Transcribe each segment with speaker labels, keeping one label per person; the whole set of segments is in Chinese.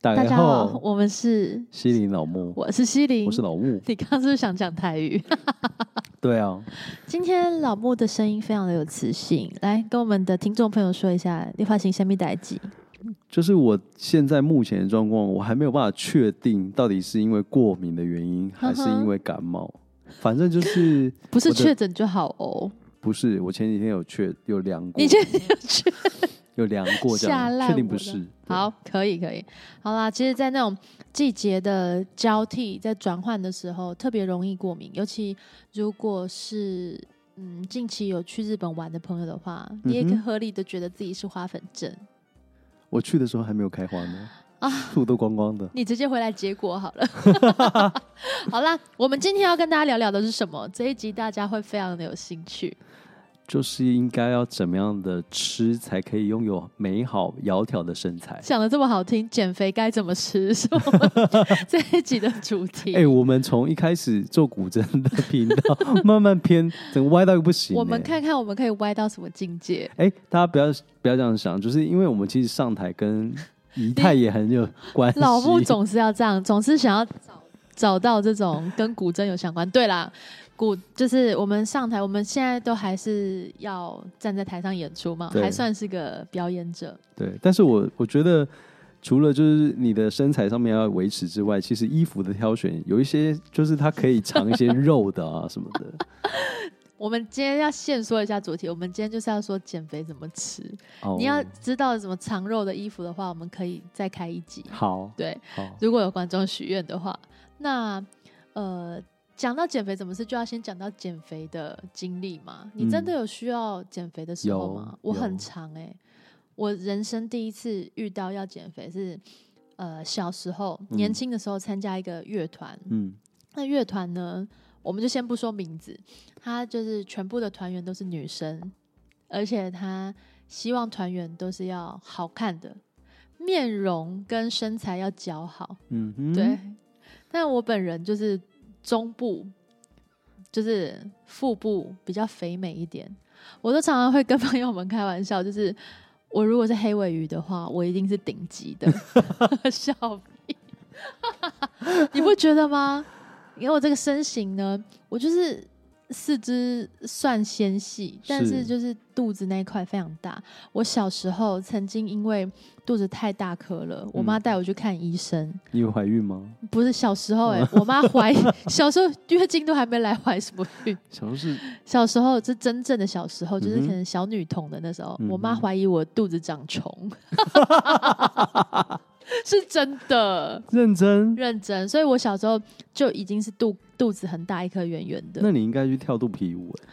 Speaker 1: 大
Speaker 2: 大
Speaker 1: 家
Speaker 2: 家好，，我们是，
Speaker 1: 西林老木，
Speaker 2: 我是西林，
Speaker 1: 我是老木。
Speaker 2: 你刚刚是不是想讲台语？
Speaker 1: 对啊，
Speaker 2: 今天老木的声音非常的有磁性，来跟我们的听众朋友说一下，你发型虾米代际？
Speaker 1: 就是我现在目前的状况，我还没有办法确定到底是因为过敏的原因，还是因为感冒。反正就是
Speaker 2: 不是
Speaker 1: 我的
Speaker 2: 确诊就好 哦，
Speaker 1: 不是，我前几天有确有量过
Speaker 2: 你，确定要确
Speaker 1: 有量过这
Speaker 2: 吓
Speaker 1: 样，
Speaker 2: 烂
Speaker 1: 确定
Speaker 2: 我
Speaker 1: 不
Speaker 2: 了
Speaker 1: 是。对
Speaker 2: 好，可以可以，好啦。其实，在那种季节的交替、在转换的时候，特别容易过敏，尤其如果是嗯近期有去日本玩的朋友的话，你也可以
Speaker 1: 嗯哼
Speaker 2: 合理的觉得自己是花粉症。
Speaker 1: 我去的时候还没有开花呢，
Speaker 2: 啊
Speaker 1: 树都光光的。
Speaker 2: 你直接回来结果好了。好啦，我们今天要跟大家聊聊的是什么？这一集大家会非常的有兴趣。
Speaker 1: 就是应该要怎么样的吃才可以拥有美好窈窕的身材？
Speaker 2: 讲的这么好听，减肥该怎么吃是我们 这一集的主题。
Speaker 1: 哎、我们从一开始做古筝的频道， 慢慢偏，整个歪到一个不行、欸
Speaker 2: 我们，看看我们可以歪到什么境界。
Speaker 1: 哎、大家不要不要这样想，就是因为我们其实上台跟仪态也很有关系。
Speaker 2: 老木总是要这样，总是想要找找到这种跟古筝有相关。对啦，古就是我们上台，我们现在都还是要站在台上演出嘛，
Speaker 1: 对
Speaker 2: 还算是个表演者。
Speaker 1: 对，但是我我觉得，除了就是你的身材上面要维持之外，其实衣服的挑选有一些就是它可以藏一些肉的啊什么 的。
Speaker 2: 我们今天要现说一下主题，我们今天就是要说减肥怎么吃。
Speaker 1: 哦
Speaker 2: 你要知道怎么藏肉的衣服的话，我们可以再开一集。
Speaker 1: 好
Speaker 2: 对，
Speaker 1: 好，
Speaker 2: 如果有观众许愿的话，那呃，讲到减肥怎么吃，就要先讲到减肥的经历嘛。你真的有需要减肥的时候吗？
Speaker 1: 嗯有
Speaker 2: 我很
Speaker 1: 有
Speaker 2: 长哎、我人生第一次遇到要减肥是呃小时候
Speaker 1: 嗯
Speaker 2: 年轻的时候参加一个乐团，
Speaker 1: 嗯
Speaker 2: 那乐团呢，我们就先不说名字，她就是全部的团员都是女生，而且她希望团员都是要好看的，面容跟身材要姣好。
Speaker 1: 嗯哼，
Speaker 2: 对，但我本人就是中部，就是腹部比较肥美一点。我都常常会跟朋友们开玩笑，就是我如果是黑尾鱼的话，我一定是顶级的， 笑屁， 你不觉得吗？因为我这个身形呢，我就是四肢算纤细，但
Speaker 1: 是
Speaker 2: 是就是肚子那一块非常大。我小时候曾经因为肚子太大颗了，我妈
Speaker 1: 嗯
Speaker 2: 带我去看医生，
Speaker 1: 你有怀孕吗？
Speaker 2: 不是小时
Speaker 1: 哦
Speaker 2: 候哎、我妈怀 小时候月经都还没来，怀什么孕？
Speaker 1: 小时候是
Speaker 2: 小时候是真正的小时候，就
Speaker 1: 嗯
Speaker 2: 是
Speaker 1: 哼
Speaker 2: 可能小女童的那时候，
Speaker 1: 嗯哼
Speaker 2: 我妈怀疑我肚子长虫， 是真的
Speaker 1: 认真，
Speaker 2: 认真，所以我小时候就已经是肚肚子很大一颗圆圆的
Speaker 1: 那。你应该去跳肚皮舞、欸。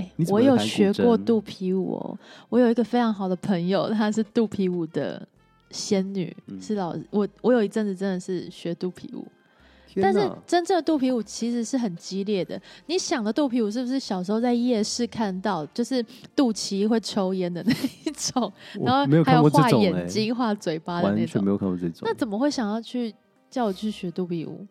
Speaker 2: 哎、
Speaker 1: 你怎么
Speaker 2: 我有
Speaker 1: 会弹古
Speaker 2: 学过
Speaker 1: 筝
Speaker 2: 肚皮舞哦，我有一个非常好的朋友，她是肚皮舞的仙女，
Speaker 1: 嗯
Speaker 2: 是老我我有一阵子真的是学肚皮舞。
Speaker 1: 天
Speaker 2: 但是
Speaker 1: 哪
Speaker 2: 真正的肚皮舞其实是很激烈的。你想的肚皮舞是不是小时候在夜市看到，就是肚脐会抽烟的那一种，
Speaker 1: 我
Speaker 2: 然后
Speaker 1: 没有
Speaker 2: 还
Speaker 1: 看过
Speaker 2: 有
Speaker 1: 这
Speaker 2: 画
Speaker 1: 种、欸，
Speaker 2: 眼睛、画嘴巴的
Speaker 1: 完
Speaker 2: 那
Speaker 1: 全
Speaker 2: 种
Speaker 1: 没？有看过这种
Speaker 2: 那。怎么会想要去叫我去学肚皮舞？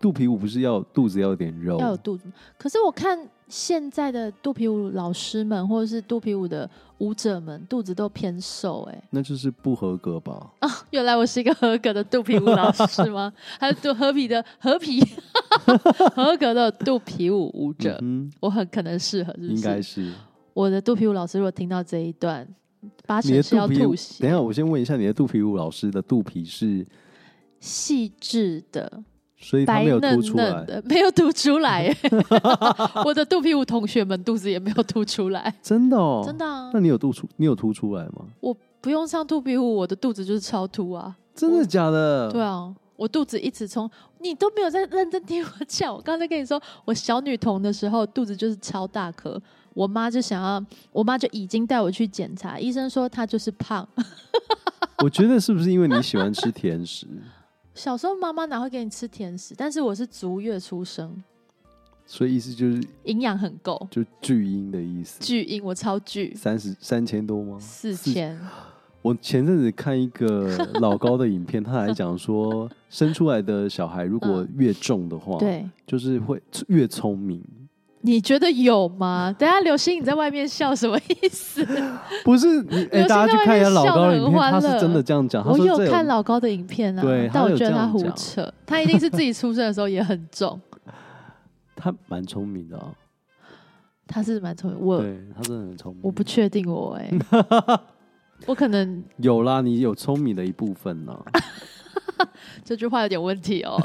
Speaker 1: 肚皮舞不是要肚子要有点肉，
Speaker 2: 要有肚子？可是我看现在的肚皮舞老师们，或者是肚皮舞的舞者们，肚子都偏瘦、欸。
Speaker 1: 那就是不合格吧？
Speaker 2: 原来我是一个合格的肚皮舞老师吗？还有肚合皮的合皮 合格的肚皮舞舞者？
Speaker 1: 嗯
Speaker 2: 我很可能适合，是不是？
Speaker 1: 应该是。
Speaker 2: 我的肚皮舞老师如果听到这一段，八
Speaker 1: 你的
Speaker 2: 成是
Speaker 1: 肚
Speaker 2: 要
Speaker 1: 皮舞
Speaker 2: 吐，
Speaker 1: 等一
Speaker 2: 血。
Speaker 1: 下我先问一下，你的肚皮舞老师的肚皮是，
Speaker 2: 细致的、
Speaker 1: 所以他
Speaker 2: 白
Speaker 1: 没有凸
Speaker 2: 嫩
Speaker 1: 出
Speaker 2: 嫩
Speaker 1: 来，
Speaker 2: 的，没有凸出来。 我的肚皮舞同学们肚子也没有凸出来，
Speaker 1: 真的哦，
Speaker 2: 真的、啊
Speaker 1: 那。你有凸出，你有凸出来吗？
Speaker 2: 我不用上肚皮舞，我的肚子就是超凸啊。
Speaker 1: 真的假的？
Speaker 2: 对啊，我肚子一直从你都没有在认真听我讲。我刚才跟你说，我小女童的时候肚子就是超大颗，我妈就想要，我妈就已经带我去检查，医生说她就是胖。
Speaker 1: 我觉得是不是因为你喜欢吃甜食，
Speaker 2: 小时候妈妈哪会给你吃甜食？但是我是足月出生，
Speaker 1: 所以意思就是
Speaker 2: 营养很够，
Speaker 1: 就巨婴的意思，
Speaker 2: 巨婴我超巨，
Speaker 1: 三十三千多吗？
Speaker 2: 四千。
Speaker 1: 我前阵子看一个老高的 影片，他还讲说，生出来的小孩如果越重的话，，
Speaker 2: 嗯对，
Speaker 1: 就是会越聪明。
Speaker 2: 你觉得有 吗？等一下刘星你在外面笑什么意思？
Speaker 1: 不是你哎、
Speaker 2: 有些
Speaker 1: 大家去看一下老高的影
Speaker 2: 在
Speaker 1: 片，他
Speaker 2: 外面笑得很欢乐
Speaker 1: 是真的这样 讲。他
Speaker 2: 我
Speaker 1: 说
Speaker 2: 有
Speaker 1: 这
Speaker 2: 看老高的影片啊，
Speaker 1: 对他
Speaker 2: 但我
Speaker 1: 有
Speaker 2: 觉得
Speaker 1: 这
Speaker 2: 他
Speaker 1: 样
Speaker 2: 胡
Speaker 1: 讲
Speaker 2: 扯，他一定是自己出生的时候也很重，
Speaker 1: 他蛮聪明的哦，
Speaker 2: 他是蛮聪明，我
Speaker 1: 对他真的很聪明。
Speaker 2: 呃我不确定 我哎、我可能
Speaker 1: 有啦，你有聪明的一部分呢。
Speaker 2: 这句话有点问题哦。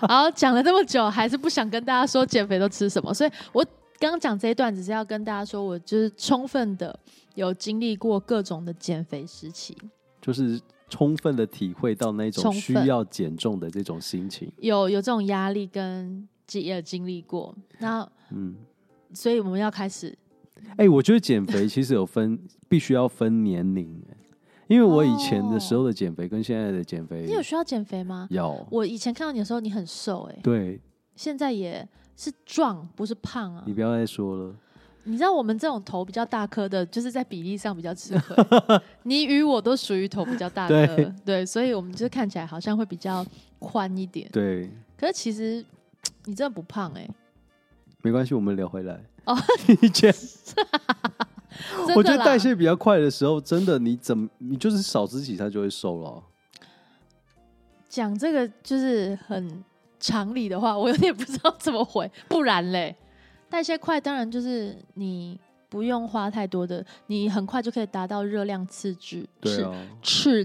Speaker 2: 好，讲了这么久，还是不想跟大家说减肥都吃什么，所以我刚刚讲这一段，只是要跟大家说，我就是充分的有经历过各种的减肥时期，
Speaker 1: 就是充分的体会到那种
Speaker 2: 充
Speaker 1: 需
Speaker 2: 分
Speaker 1: 要减重的这种心情。
Speaker 2: 有有这种压力跟经也有经历过，那
Speaker 1: 嗯，
Speaker 2: 所以我们要开始
Speaker 1: 哎、我觉得减肥其实有分，必须要分年龄、哎因为我以前的时候的减肥跟现在的减肥
Speaker 2: 你有需要减 肥吗？
Speaker 1: 有
Speaker 2: 我以前看到你的时候，你很瘦哎、
Speaker 1: 对
Speaker 2: 现在也是壮，不是胖啊
Speaker 1: 你。不要再说了，
Speaker 2: 你知道我们这种头比较大颗的，就是在比例上比较吃 亏。你与我都属于头比较大颗，
Speaker 1: 对
Speaker 2: 对，所以我们就是看起来好像会比较宽一点。
Speaker 1: 对，
Speaker 2: 可是其实你真的不胖哎、
Speaker 1: 没关系，我们聊回来。
Speaker 2: 哦，
Speaker 1: 以前
Speaker 2: 真的
Speaker 1: 我觉得
Speaker 2: 啦
Speaker 1: 代谢比较快的时候，真的你怎么你就是少吃几餐就会瘦了哦。
Speaker 2: 讲这个就是很常理的话，我有点不知道怎么回。不然嘞，代谢快当然就是你不用花太多的，你很快就可以达到热量赤字，
Speaker 1: 对啊，
Speaker 2: 赤赤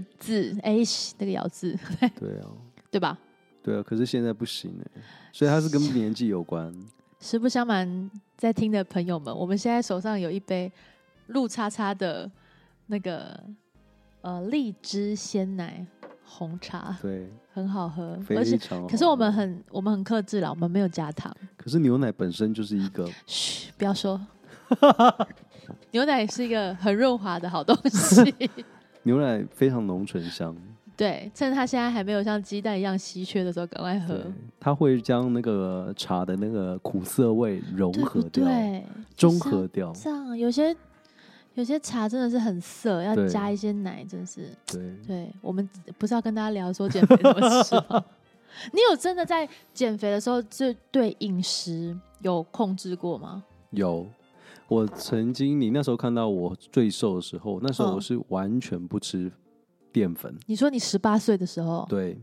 Speaker 2: 字哎，那个咬字
Speaker 1: 对啊，
Speaker 2: 对吧？
Speaker 1: 对啊。可是现在不行哎、所以它是跟年纪有关。
Speaker 2: 实不相瞒，在听的朋友们，我们现在手上有一杯陆叉叉的那个呃荔枝鲜奶红茶，
Speaker 1: 对，
Speaker 2: 很好喝，而
Speaker 1: 非
Speaker 2: 且
Speaker 1: 常好。
Speaker 2: 可是我们很我们很克制啦，我们没有加糖。
Speaker 1: 可是牛奶本身就是一个
Speaker 2: 嘘，不要说，牛奶是一个很润滑的好东 西。
Speaker 1: 牛奶非常浓醇香，
Speaker 2: 对，趁它现在还没有像鸡蛋一样稀缺的时候，赶快喝
Speaker 1: 对，，它会将那个茶的那个苦涩味融
Speaker 2: 对
Speaker 1: 合
Speaker 2: 不
Speaker 1: 掉、
Speaker 2: 对？啊
Speaker 1: 中和掉。
Speaker 2: 这样有些有些茶真的是很涩，要
Speaker 1: 对
Speaker 2: 加一些奶，真是。
Speaker 1: 对，
Speaker 2: 对，我们不是要跟大家聊说减肥怎么吃 吗？你有真的在减肥的时候，就对饮食有控制过吗？
Speaker 1: 有。我曾经，你那时候看到我最瘦的时候，那时候我
Speaker 2: 嗯
Speaker 1: 是完全不吃淀粉，
Speaker 2: 你说你十八岁的时候，
Speaker 1: 对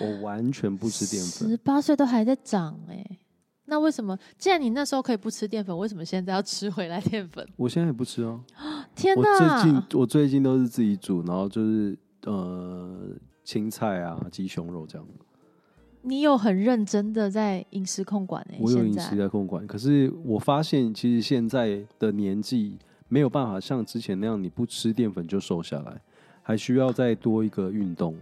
Speaker 1: 我完全不吃淀
Speaker 2: 十
Speaker 1: 粉，
Speaker 2: 八岁都还在长哎、那为什么？既然你那时候可以不吃淀粉，为什么现在要吃回来淀 粉？
Speaker 1: 我现在也不吃哦、
Speaker 2: 天
Speaker 1: 我最近
Speaker 2: 哪！
Speaker 1: 我最近都是自己煮，然后就是呃青菜啊、鸡胸肉这样。
Speaker 2: 你有很认真的在饮食控管哎、
Speaker 1: 我有
Speaker 2: 现
Speaker 1: 饮
Speaker 2: 在
Speaker 1: 食在啊控管，可是我发现其实现在的年纪没有办法像之前那样，你不吃淀粉就瘦下来，还需要再多一个运动。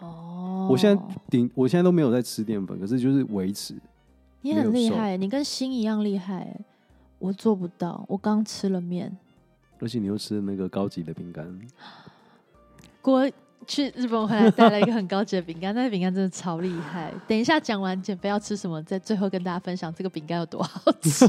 Speaker 2: 哦，
Speaker 1: 我现在顶，我现在都没有在吃淀粉，可是就是维持。
Speaker 2: 你
Speaker 1: 没有
Speaker 2: 很厉
Speaker 1: 瘦
Speaker 2: 害欸、你跟心一样厉害欸、我做不到，我刚吃了面。
Speaker 1: 而且你又吃那个高级的饼干，
Speaker 2: 我去日本回来带了一个很高级的饼干，那个饼干真的超厉害。等一下讲完减肥要吃什么，再最后跟大家分享这个饼干有多好吃，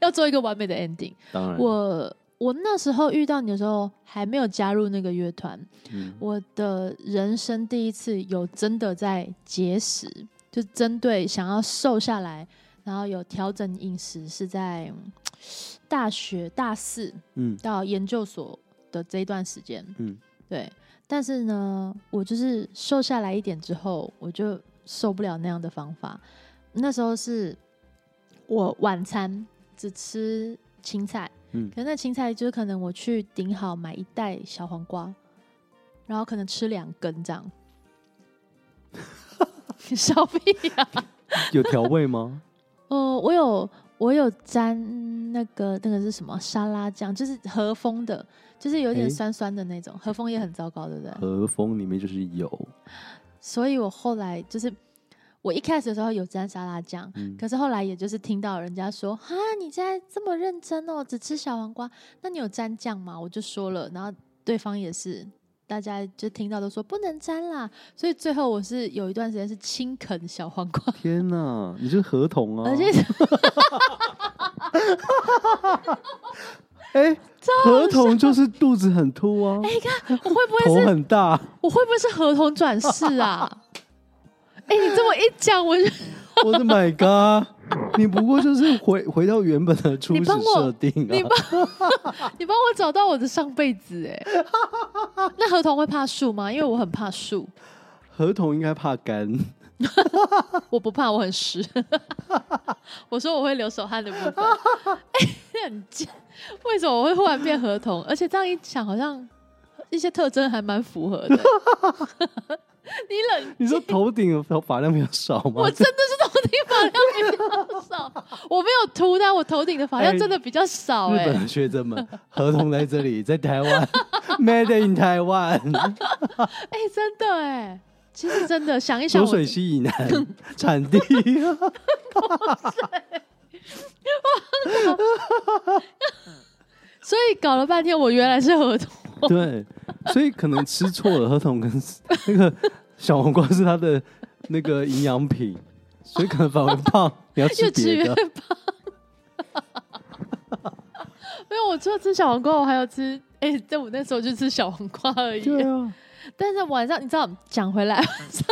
Speaker 2: 要做一个完美的 ending。
Speaker 1: 当然
Speaker 2: 我我那时候遇到你的时候还没有加入那个乐团，
Speaker 1: 嗯
Speaker 2: 我的人生第一次有真的在节食，就针对想要瘦下来，然后有调整饮食，是在嗯大学大四
Speaker 1: 嗯
Speaker 2: 到研究所的这一段时间，
Speaker 1: 嗯，
Speaker 2: 对。但是呢，我就是瘦下来一点之后，我就受不了那样的方法。那时候是我晚餐只吃青菜，
Speaker 1: 嗯
Speaker 2: 可是那青菜就是可能我去顶好买一袋小黄瓜，然后可能吃两根 这样。小屁呀、
Speaker 1: 有调味 吗？
Speaker 2: 呃，我有我有沾那个那个是什么沙拉酱，就是和风的，就是有点
Speaker 1: 诶
Speaker 2: 酸酸的那种。和风也很糟糕，对不对？
Speaker 1: 和风里面就是有，
Speaker 2: 所以我后来就是我一开始的时候有沾沙拉酱，
Speaker 1: 嗯
Speaker 2: 可是后来也就是听到人家说哈，你现在这么认真哦，只吃小黄瓜，那你有沾酱吗？我就说了，然后对方也是。大家就听到都说不能沾啦，所以最后我是有一段时间是清啃小 黄瓜，
Speaker 1: 天哪，你就是合同啊！
Speaker 2: 而且
Speaker 1: 哎，合同就是肚子很凸 啊，
Speaker 2: 哎我会不
Speaker 1: 头
Speaker 2: 会是
Speaker 1: 很大，
Speaker 2: 我会不会是合同 转世啊？哎、你这么一讲，我就
Speaker 1: 我的 my god！你不过就是回回到原本的初
Speaker 2: 你
Speaker 1: 始
Speaker 2: 帮我
Speaker 1: 设定
Speaker 2: 你
Speaker 1: 啊。
Speaker 2: 你帮我找到我的上辈子 哎、那合同会怕树吗？因为我很怕树，
Speaker 1: 合同应该怕干，
Speaker 2: 我不怕，我很湿。 我说我会流手汗的部分，哎、很贱。为什么我会忽然变合同？而且这样一想，好像一些特征还蛮符合的。 你冷
Speaker 1: 你说头顶的头发量比较少吗？
Speaker 2: 我真的是头顶发量比较少，我没有秃，但我头顶的发量真的比较少
Speaker 1: 哎日
Speaker 2: 哎、
Speaker 1: 本的学者们，合同在这里，在台湾 ，Made in 台湾，
Speaker 2: 哎、真的哎、其实真的想一想
Speaker 1: 浊
Speaker 2: 我，
Speaker 1: 水溪以南产地。啊
Speaker 2: 所以搞了半天，我原来是合同，
Speaker 1: 对，所以可能吃错了合同跟 那个小黄瓜是它的那个营养品，所以可能反而胖。你要吃
Speaker 2: 越吃
Speaker 1: 别
Speaker 2: 越
Speaker 1: 的，
Speaker 2: 胖。 没有，我除了吃小黄瓜，我还有吃。哎、在我那时候就吃小黄瓜而已。
Speaker 1: 对啊，
Speaker 2: 但是晚上，你知道，讲回来，晚 上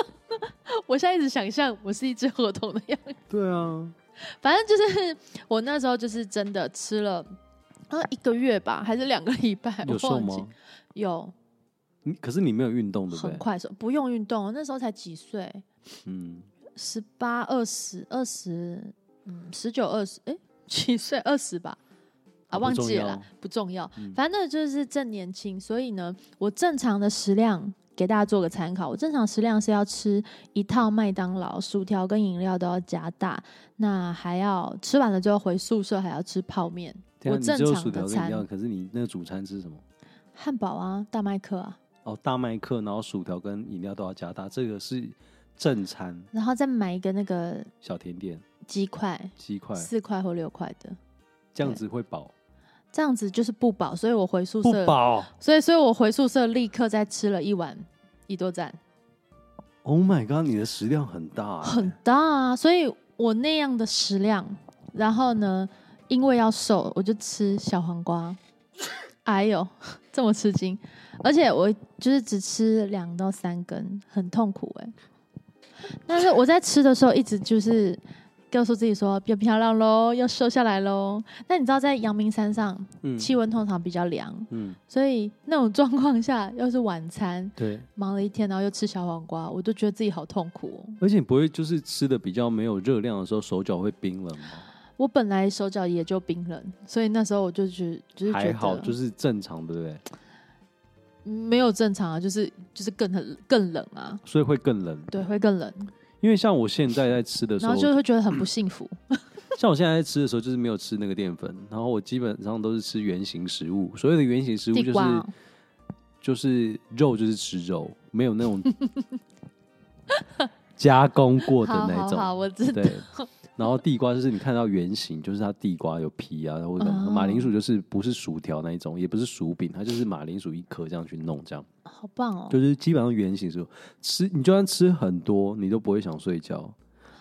Speaker 2: 我现在一直想象我是一只合同的样子
Speaker 1: 对啊，
Speaker 2: 反正就是我那时候就是真的吃了，好像一个月吧，还是两个礼拜，
Speaker 1: 有
Speaker 2: 哎我
Speaker 1: 瘦
Speaker 2: 忘记
Speaker 1: 吗？
Speaker 2: 有，
Speaker 1: 你可是你没有运动，对不
Speaker 2: 很
Speaker 1: 对？
Speaker 2: 快瘦，不用运动。我那时候才几岁，
Speaker 1: 嗯，
Speaker 2: 十八、二十、二十，嗯，十九、二十，哎， 几岁？二十吧。啊，
Speaker 1: 哦不
Speaker 2: 忘
Speaker 1: 重
Speaker 2: 记了
Speaker 1: 要
Speaker 2: 啦，不重要，
Speaker 1: 嗯
Speaker 2: 反正那就是正年轻，所以呢，我正常的食量给大家做个参考，我正常食量是要吃一套麦当劳，薯条跟饮料都要加大，那还要吃完了之后回宿舍还要吃泡面，
Speaker 1: 对啊，
Speaker 2: 我
Speaker 1: 你
Speaker 2: 正
Speaker 1: 只有薯条
Speaker 2: 常的
Speaker 1: 跟饮料，
Speaker 2: 餐
Speaker 1: 可是你那个主餐吃什么？
Speaker 2: 汉堡啊，大麦克啊，
Speaker 1: 哦，大麦克，然后薯条跟饮料都要加大，这个是正餐
Speaker 2: 然后再买一个那个
Speaker 1: 小甜点，
Speaker 2: 鸡块，
Speaker 1: 鸡块，
Speaker 2: 四块或六块的，
Speaker 1: 这样子会饱
Speaker 2: 这样子就是不饱，所以我回宿
Speaker 1: 不
Speaker 2: 舍
Speaker 1: 饱
Speaker 2: 所以，所以我回宿舍立刻再吃了一碗一多赞，
Speaker 1: ？Oh my god，你的食量很大欸、
Speaker 2: 很大啊！所以我那样的食量，然后呢，因为要瘦，我就吃小黄瓜。哎呦，这么吃惊！而且我就是只吃两到三根，很痛苦哎、但是我在吃的时候，一直就是告诉自己说变漂亮喽，要瘦下来喽。但你知道，在阳明山上
Speaker 1: 嗯
Speaker 2: 气温通常比较凉，
Speaker 1: 嗯，
Speaker 2: 所以那种状况下，要是晚餐
Speaker 1: 对，
Speaker 2: 忙了一天，然后又吃小黄瓜，我就觉得自己好痛苦、哦。
Speaker 1: 而且你不会就是吃的比较没有热量的时候，手脚会冰冷吗？
Speaker 2: 我本来手脚也就冰冷，所以那时候我就觉就是觉
Speaker 1: 还
Speaker 2: 得
Speaker 1: 好，就是正常，对不对？
Speaker 2: 嗯没有正常啊，就是就是更很更冷啊，
Speaker 1: 所以会更冷。
Speaker 2: 对，会更冷，
Speaker 1: 因为像我现在在吃的时
Speaker 2: 然
Speaker 1: 候
Speaker 2: 后，就会觉得很不幸福。
Speaker 1: 像我现在在吃的时候，就是没有吃那个淀粉，然后我基本上都是吃原形食物。所谓的原形食物
Speaker 2: 地
Speaker 1: 就是
Speaker 2: 瓜哦、
Speaker 1: 就是肉就是吃肉，没有那 种加工过的
Speaker 2: 好
Speaker 1: 那
Speaker 2: 好
Speaker 1: 种。
Speaker 2: 好，我知道
Speaker 1: 对，然后地瓜就是你看到原形，就是它地瓜有皮啊，或者
Speaker 2: 哦
Speaker 1: 马铃薯就是不是薯条那一种，也不是薯饼，它就是马铃薯一颗这样去弄，这样
Speaker 2: 好棒哦
Speaker 1: 就。是基本上原形是吃，你就算吃很多，你都不会想睡觉。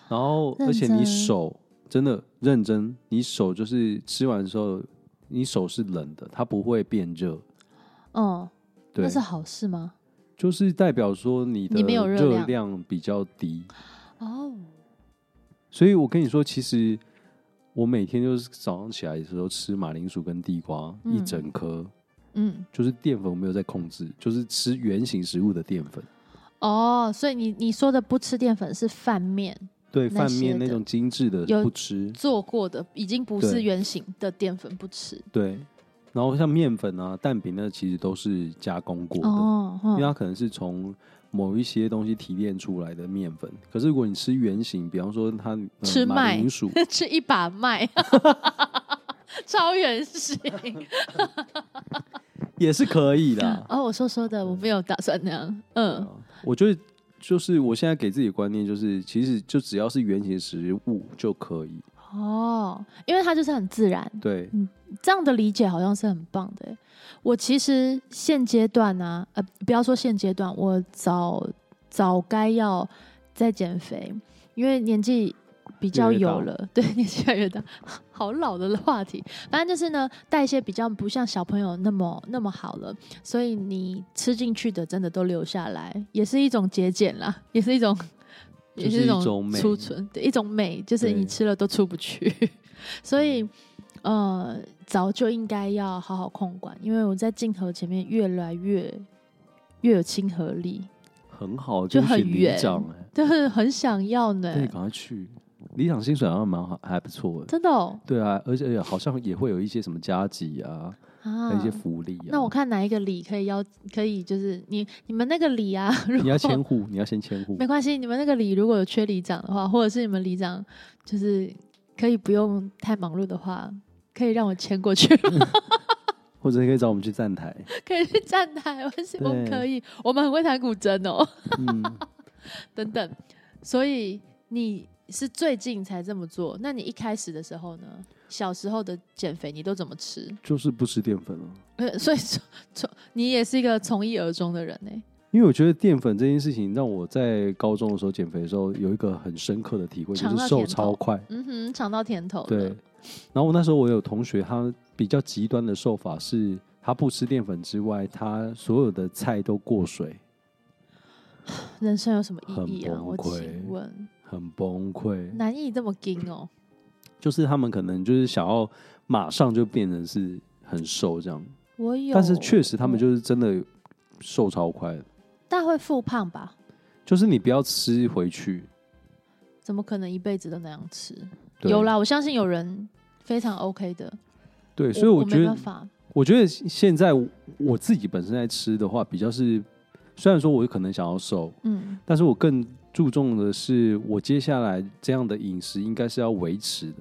Speaker 1: 然后
Speaker 2: 认
Speaker 1: 而且你
Speaker 2: 真
Speaker 1: 手真的认真，你手就是吃完之后，你手是冷的，它不会变热。
Speaker 2: 嗯，
Speaker 1: 对
Speaker 2: 那，是好事吗？
Speaker 1: 就是代表说你的
Speaker 2: 你没有热
Speaker 1: 热
Speaker 2: 量
Speaker 1: 量比较低。
Speaker 2: 哦，
Speaker 1: 所以我跟你说，其实我每天就是早上起来的时候吃马铃薯跟地瓜、
Speaker 2: 嗯
Speaker 1: 一整颗，
Speaker 2: 嗯，
Speaker 1: 就是淀粉我没有在控制，就是吃原形食物的淀粉，
Speaker 2: 哦，所以你你说的不吃淀粉是饭面
Speaker 1: 对
Speaker 2: 那
Speaker 1: 饭
Speaker 2: 些
Speaker 1: 面
Speaker 2: 的
Speaker 1: 那种精致的
Speaker 2: 有
Speaker 1: 不吃，
Speaker 2: 做过的，已经不
Speaker 1: 对
Speaker 2: 是原型的淀粉不吃。
Speaker 1: 对。然后像面粉啊、蛋饼那其实都是加工过的，
Speaker 2: 哦，嗯
Speaker 1: 因为它可能是从某一些东西提炼出来的面粉。可是如果你吃原形，比方说它、呃
Speaker 2: 吃
Speaker 1: 马
Speaker 2: 麦
Speaker 1: 铃薯，
Speaker 2: 吃一把麦， 超远行。
Speaker 1: 也是可以 的。
Speaker 2: 哦，我说说的，我没有打算那样。嗯，
Speaker 1: 啊我觉得就是我现在给自己的观念就是，其实就只要是原型食物就可以。
Speaker 2: 哦，因为它就是很自然，
Speaker 1: 对，
Speaker 2: 这样的理解好像是很棒的欸。我其实现阶段呢、呃，不要说现阶段，我早早该要再减肥，因为年纪比较有了， 对，年纪越来越大，好老的话题。反正就是呢，代谢比较不像小朋友那么那么好了，所以你吃进去的真的都留下来，也是一种节俭啦，也是一种
Speaker 1: 就
Speaker 2: 也
Speaker 1: 是
Speaker 2: 是一
Speaker 1: 一种
Speaker 2: 种
Speaker 1: 美
Speaker 2: 储存，对一种美，就是
Speaker 1: 对
Speaker 2: 你吃了都出不去。所
Speaker 1: 嗯
Speaker 2: 以，呃，早就应该要好好控管，因为我在镜头前面越来越越有亲和力，
Speaker 1: 很好，
Speaker 2: 就
Speaker 1: 恭喜
Speaker 2: 很
Speaker 1: 里
Speaker 2: 远
Speaker 1: 长哎，
Speaker 2: 就是很想要
Speaker 1: 对，
Speaker 2: 呢，
Speaker 1: 赶快去。里长薪水好像蛮好，还不错的。
Speaker 2: 真的、哦、
Speaker 1: 对啊，而且好像也会有一些什么加急啊，还
Speaker 2: 啊
Speaker 1: 有一些福利啊。
Speaker 2: 那我看哪一个礼可以邀，可以就是你你们那个礼啊， 如果
Speaker 1: 你要签户，你要先签户
Speaker 2: 没。关系，你们那个里如果有缺里长的话，或者是你们里长就是可以不用太忙碌的话，可以让我迁过去吗，
Speaker 1: 或者你可以找我们去站台。
Speaker 2: 可以去站台，我希望
Speaker 1: 对
Speaker 2: 可以。我们很会弹古筝哦，
Speaker 1: 嗯，
Speaker 2: 等等。所以你是最近才这么做，那你一开始的时候呢？小时候的减肥你都怎么吃？
Speaker 1: 就是不吃淀粉了，
Speaker 2: 呃，所以从从你也是一个从一而终的人呢、
Speaker 1: 因为我觉得淀粉这件事情让我在高中的时候减肥的时候有一个很深刻的体会，就
Speaker 2: 尝到
Speaker 1: 是瘦
Speaker 2: 甜头
Speaker 1: 超快。
Speaker 2: 嗯哼，尝到甜头了。
Speaker 1: 对，然后我那时候我有同学，他比较极端的瘦法是，他不吃淀粉之外，他所有的菜都过水，
Speaker 2: 人生有什么意义啊？
Speaker 1: 很崩
Speaker 2: 我
Speaker 1: 溃
Speaker 2: 请问，
Speaker 1: 很崩溃。
Speaker 2: 难以这么硬哦。
Speaker 1: 就是他们可能就是想要马上就变成是很瘦这样，
Speaker 2: 我有，
Speaker 1: 但是确实他们
Speaker 2: 嗯，
Speaker 1: 就是真的瘦超快的，
Speaker 2: 但会复胖吧？
Speaker 1: 就是你不要吃回去。
Speaker 2: 怎么可能一辈子都那样吃？
Speaker 1: 对
Speaker 2: 有啦，我相信有人非常 OK 的，
Speaker 1: 对，所以
Speaker 2: 我
Speaker 1: 我觉
Speaker 2: 没
Speaker 1: 得
Speaker 2: 办，法，
Speaker 1: 我觉得现在我自己本身在吃的话，比较是虽然说我可能想要瘦，
Speaker 2: 嗯，
Speaker 1: 但是我更注重的是，我接下来这样的饮食应该是要维持的，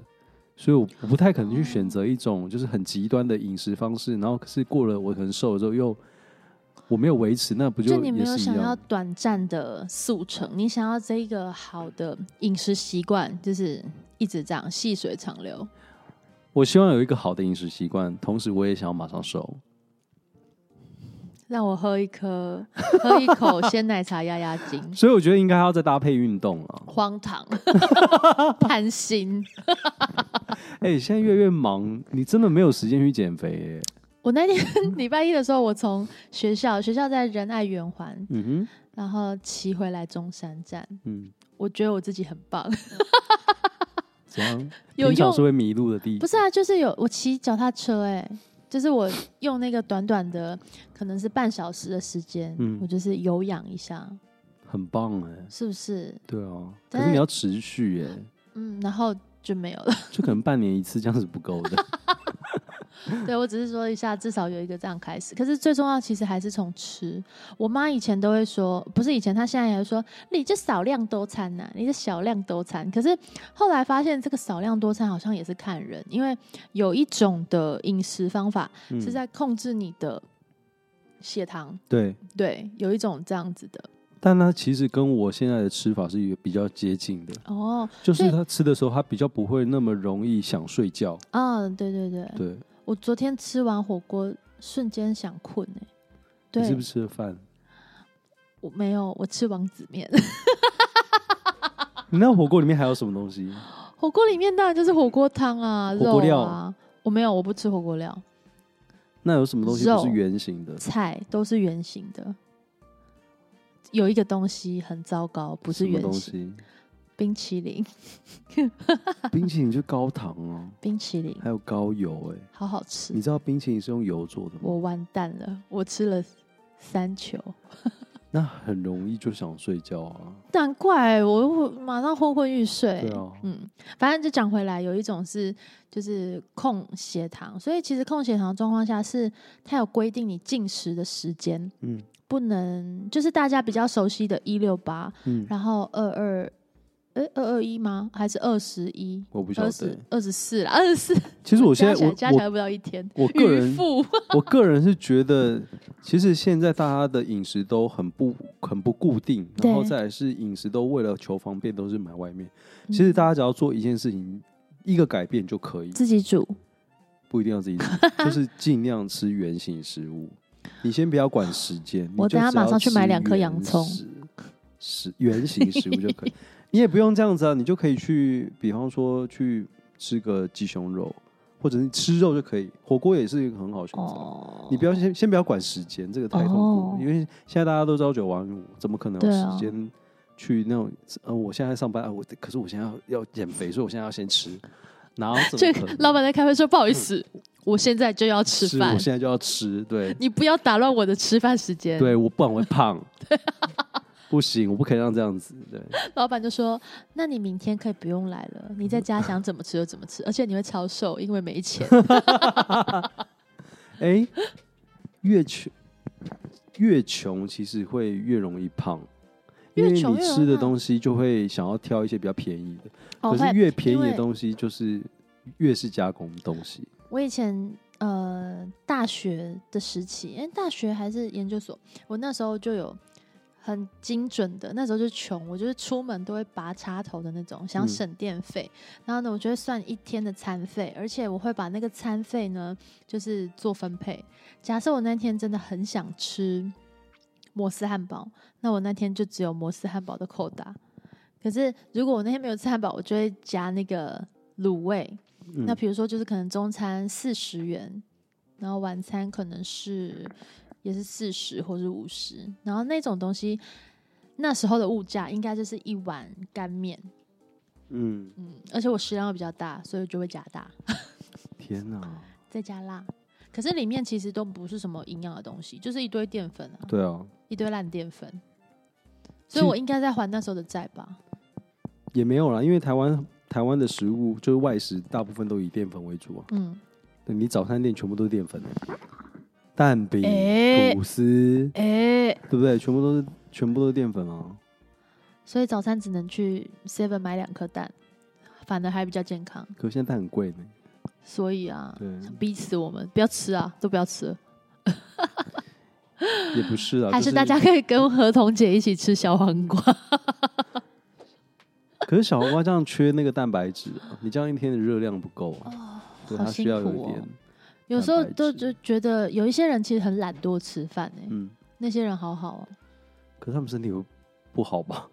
Speaker 1: 所以我不太可能去选择一种就是很极端的饮食方式，然后可是过了我可能瘦了之后又我没有维持，那不
Speaker 2: 就你没
Speaker 1: 也
Speaker 2: 有
Speaker 1: 是一
Speaker 2: 想要
Speaker 1: 样？
Speaker 2: 短暂的速成，你想要这一个好的饮食习惯，就是一直这样细水长流。
Speaker 1: 我希望有一个好的饮食习惯，同时我也想要马上瘦。
Speaker 2: 让我喝一颗，喝一 口鲜奶茶压压惊，
Speaker 1: 所以我觉得应该要再搭配运动啊了。
Speaker 2: 荒 唐，贪心。
Speaker 1: 哎、现在越来越忙，你真的没有时间去减肥、耶。
Speaker 2: 我 那天礼拜一的时候，我从学校，学校在仁爱圆环，
Speaker 1: 嗯
Speaker 2: 然后骑回来中山站，
Speaker 1: 哼，嗯，
Speaker 2: 我觉得我自己很棒，
Speaker 1: 怎 样？
Speaker 2: 有
Speaker 1: 平常
Speaker 2: 用
Speaker 1: 是会迷路的地
Speaker 2: 不，是啊？就是有我骑脚踏车、哎，就是我用那个短短的，可能是半小时的时间，
Speaker 1: 嗯
Speaker 2: 我就是有氧一下，
Speaker 1: 很棒哎、
Speaker 2: 是不是？
Speaker 1: 对啊，可
Speaker 2: 但
Speaker 1: 是你要持续耶、
Speaker 2: 嗯，然后就没有 了。
Speaker 1: 就可能半年一次这样是不够 的。
Speaker 2: 对我只是说一下，至少有一个这样开始。可是最重要，其实还是从吃。我妈以前都会说，不是以前，她现在也会说，你这少量多餐呐、你这小量多餐。可是后来发现，这个少量多餐好像也是看人，因为有一种的饮食方法
Speaker 1: 嗯
Speaker 2: 是在控制你的血糖，
Speaker 1: 对，
Speaker 2: 对，有一种这样子的。
Speaker 1: 但它其实跟我现在的吃法是有比较接近的，
Speaker 2: 哦，
Speaker 1: 就是
Speaker 2: 对
Speaker 1: 他吃的时候，他比较不会那么容易想睡觉。
Speaker 2: 嗯，对对对，
Speaker 1: 对，
Speaker 2: 我昨天吃完火锅，瞬间想困哎、
Speaker 1: 你
Speaker 2: 对，
Speaker 1: 是不是吃了饭？
Speaker 2: 我没有，我吃王子面。
Speaker 1: 你那火锅里面还有什么东西？
Speaker 2: 火锅里面当然就是火锅汤啊，
Speaker 1: 火锅
Speaker 2: 肉
Speaker 1: 料
Speaker 2: 啊。我没有，我不吃火锅料，
Speaker 1: 那有什么东西不是
Speaker 2: 肉
Speaker 1: 圆形的？
Speaker 2: 菜都是圆形的。有一个东西很糟糕，不是
Speaker 1: 什么
Speaker 2: 圆
Speaker 1: 东
Speaker 2: 形，
Speaker 1: 西？
Speaker 2: 冰淇淋，
Speaker 1: 冰淇淋就高糖哦、
Speaker 2: 冰 淇淋
Speaker 1: 还有高油哎、
Speaker 2: 好好吃
Speaker 1: 你，知道冰淇淋是用油做的吗？
Speaker 2: 我完蛋了，我吃了三球，
Speaker 1: 那很容易就想睡觉啊。
Speaker 2: 难怪我我马上昏昏欲睡
Speaker 1: 对。啊，
Speaker 2: 嗯，反正就讲回来，有一种是就是控血糖，所以其实控血糖的状况下是它有规定你进食的时间，
Speaker 1: 嗯
Speaker 2: 不能，就是大家比较熟悉的一六八，
Speaker 1: 嗯，
Speaker 2: 然后二二，哎，二二一吗？还是二十一？
Speaker 1: 我不晓
Speaker 2: 二
Speaker 1: 得
Speaker 2: 十。二十四啦，二十四。
Speaker 1: 其实我现在
Speaker 2: 加起来
Speaker 1: 我
Speaker 2: 加起来不到一天。
Speaker 1: 我我个
Speaker 2: 渔
Speaker 1: 人
Speaker 2: 夫，
Speaker 1: 我个人是觉得，其实现在大家的饮食都很不很不固定，然后
Speaker 2: 对
Speaker 1: 再来是饮食都为了求方便都是买外面。
Speaker 2: 嗯
Speaker 1: 其实大家只要做一件事情，一个改变就可以，
Speaker 2: 自己煮，
Speaker 1: 不一定要自己 煮，就是尽量吃原形食物。你先不要管时 间，
Speaker 2: 我
Speaker 1: 你就
Speaker 2: 等下
Speaker 1: 只要
Speaker 2: 马上去买两颗
Speaker 1: 吃
Speaker 2: 洋葱
Speaker 1: 原食，食原形食物就 可以。你也不用这样子啊，你就可以去，比方说去吃个鸡胸肉，或者是吃肉就可以。火锅也是一个很好的选择。啊
Speaker 2: 哦，
Speaker 1: 你不要先先不要管时间，这个太痛苦了，
Speaker 2: 哦
Speaker 1: 因为现在大家都朝九晚五，怎么可能有
Speaker 2: 对啊
Speaker 1: 时间去那种呃，我现在上班啊，我可是我现在要要减肥，所以我现在要先吃，然后怎
Speaker 2: 这
Speaker 1: 么
Speaker 2: 个
Speaker 1: 可能
Speaker 2: 老板在开会说：“不好意思，我现在就要吃
Speaker 1: 我
Speaker 2: 饭，
Speaker 1: 现在就要吃，对
Speaker 2: 你不要打乱我的吃饭时间。”
Speaker 1: 对，我不然我会 胖，
Speaker 2: 啊
Speaker 1: 不行，我不可以让这样子，对，
Speaker 2: 老板就说：“那你明天可以不用来了，你在家想怎么吃就怎么吃，而且你会超瘦，因为 没钱。
Speaker 1: 哎、越穷越穷，其实会越容易胖，因
Speaker 2: 越
Speaker 1: 为
Speaker 2: 穷
Speaker 1: 你
Speaker 2: 越容易
Speaker 1: 吃的
Speaker 2: 胖
Speaker 1: 东西就会想要挑一些比较便宜的，”
Speaker 2: 哦
Speaker 1: 可是
Speaker 2: 会
Speaker 1: 越便宜
Speaker 2: 因
Speaker 1: 的
Speaker 2: 为
Speaker 1: 东西就是越是加工的东西。
Speaker 2: 我以前呃大学的时期，因为大学还是研究所，我那时候就有很精准的，那时候就穷，我就是出门都会拔插头的那种，想
Speaker 1: 嗯
Speaker 2: 省电费。然后呢，我就会算一天的餐费，而且我会把那个餐费呢，就是做分配。假设我那天真的很想吃摩斯汉堡，那我那天就只有摩斯汉堡的扣打。可是如果我那天没有吃汉堡，我就会加那个卤味，
Speaker 1: 嗯
Speaker 2: 那比如说就是可能中餐四十元，然后晚餐可能是也是四十或是五十，然后那种东西那时候的物价应该就是一碗干面，
Speaker 1: 嗯，
Speaker 2: 嗯，而且我食量又比较大，所以就会加大，
Speaker 1: 天哪，
Speaker 2: 再加辣。可是里面其实都不是什么营养的东西，就是一堆淀粉啊，
Speaker 1: 对啊，
Speaker 2: 一堆烂淀粉，
Speaker 1: 其
Speaker 2: 所以我应该在还那时候的债吧？
Speaker 1: 也没有啦，因为台湾台湾的食物就是外食，大部分都以淀粉为主啊。
Speaker 2: 嗯，
Speaker 1: 对你早餐店全部都是淀粉，啊蛋饼、
Speaker 2: 哎
Speaker 1: 吐司，
Speaker 2: 哎、
Speaker 1: 对不对？全部都是全部都是淀粉啊。
Speaker 2: 所以早餐只能去 Seven 买两颗蛋，反而还比较健康。
Speaker 1: 可是现在蛋很贵呢。
Speaker 2: 所以啊，
Speaker 1: 对
Speaker 2: 想逼死我们，不要吃啊，都不要吃了，
Speaker 1: 也不是啊，
Speaker 2: 还
Speaker 1: 就是
Speaker 2: 大家。可以跟何彤姐一起吃小黄 瓜。
Speaker 1: 可是小黄瓜这样缺那个蛋白质啊，你这样一天的热量不够啊，对，
Speaker 2: 哦好
Speaker 1: 它需要
Speaker 2: 辛
Speaker 1: 有
Speaker 2: 苦
Speaker 1: 一点
Speaker 2: 哦，有时候
Speaker 1: 蛋白质
Speaker 2: 都就觉得有一些人其实很懒惰吃饭哎、
Speaker 1: 嗯。
Speaker 2: 那些人好好哦、
Speaker 1: 可是他们身体会不好吧？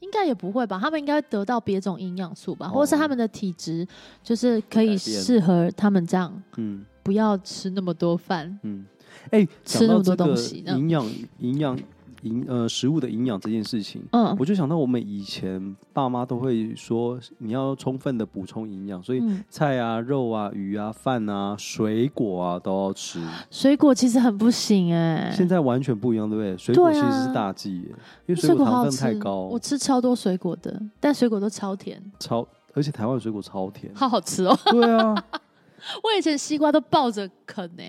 Speaker 2: 应该也不会吧？他们应该会得到别种营养素吧，
Speaker 1: 哦
Speaker 2: 或者是他们的体质就是可
Speaker 1: 改
Speaker 2: 以
Speaker 1: 变
Speaker 2: 适合他们这样，
Speaker 1: 嗯
Speaker 2: 不要吃那么多饭。
Speaker 1: 嗯。哎、讲
Speaker 2: 吃那
Speaker 1: 到
Speaker 2: 么
Speaker 1: 这
Speaker 2: 多东
Speaker 1: 个
Speaker 2: 西
Speaker 1: 营养、营养、营呃食物的营养这件事情，
Speaker 2: 嗯
Speaker 1: 我就想到我们以前爸妈都会说，你要充分的补充营养，所以
Speaker 2: 嗯，
Speaker 1: 菜啊、肉啊、鱼啊、饭啊、水果啊都要吃。
Speaker 2: 水果其实很不行哎、
Speaker 1: 现在完全不一样，对不对？水果
Speaker 2: 对
Speaker 1: 其
Speaker 2: 啊
Speaker 1: 实是大忌耶，因为
Speaker 2: 水
Speaker 1: 水
Speaker 2: 果
Speaker 1: 果
Speaker 2: 好
Speaker 1: 糖
Speaker 2: 好
Speaker 1: 分
Speaker 2: 吃，
Speaker 1: 太高
Speaker 2: 我，吃超多水果的，但水果都超甜，
Speaker 1: 超而且台湾水果超甜。
Speaker 2: 好好吃哦。
Speaker 1: 对 啊，
Speaker 2: 我以前西瓜都抱着啃呢、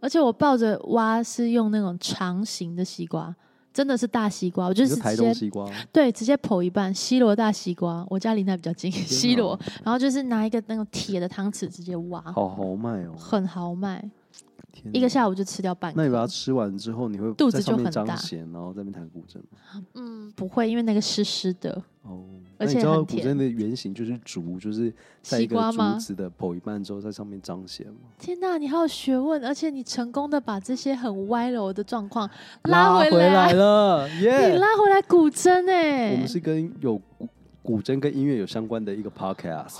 Speaker 2: 而且我抱着挖是用那种长形的西瓜，真的是大西瓜，我就
Speaker 1: 你
Speaker 2: 是哦
Speaker 1: 说台
Speaker 2: 直
Speaker 1: 东
Speaker 2: 接
Speaker 1: 西瓜，
Speaker 2: 对直接剖一半，西罗大西瓜，我家离那比较 近，西罗，然后就是拿一个那种铁的汤匙直接挖，
Speaker 1: 好豪迈哦！
Speaker 2: 很豪迈，
Speaker 1: 天
Speaker 2: 一个
Speaker 1: 哪
Speaker 2: 下午就吃掉半
Speaker 1: 那你把它。
Speaker 2: 颗
Speaker 1: 吃完之后，你会
Speaker 2: 肚
Speaker 1: 在
Speaker 2: 子
Speaker 1: 上
Speaker 2: 就
Speaker 1: 面
Speaker 2: 很
Speaker 1: 彰
Speaker 2: 大
Speaker 1: 显，然后在那边弹古筝吗？
Speaker 2: 嗯，不会，因为那个湿湿的
Speaker 1: 哦，那
Speaker 2: 而
Speaker 1: 你
Speaker 2: 且
Speaker 1: 知道
Speaker 2: 很
Speaker 1: 古
Speaker 2: 甜
Speaker 1: 筝的原型就是竹，就是在
Speaker 2: 西
Speaker 1: 一个
Speaker 2: 瓜
Speaker 1: 竹
Speaker 2: 吗？
Speaker 1: 子的剖一半之后，在上面彰显嘛。
Speaker 2: 天呐，你好有学问，而且你成功的把这些很歪楼的状况
Speaker 1: 拉
Speaker 2: 回
Speaker 1: 来了，
Speaker 2: 你
Speaker 1: 耶！
Speaker 2: 拉回来古筝哎、
Speaker 1: 我们是跟有古古筝跟音乐有相关的一个 podcast，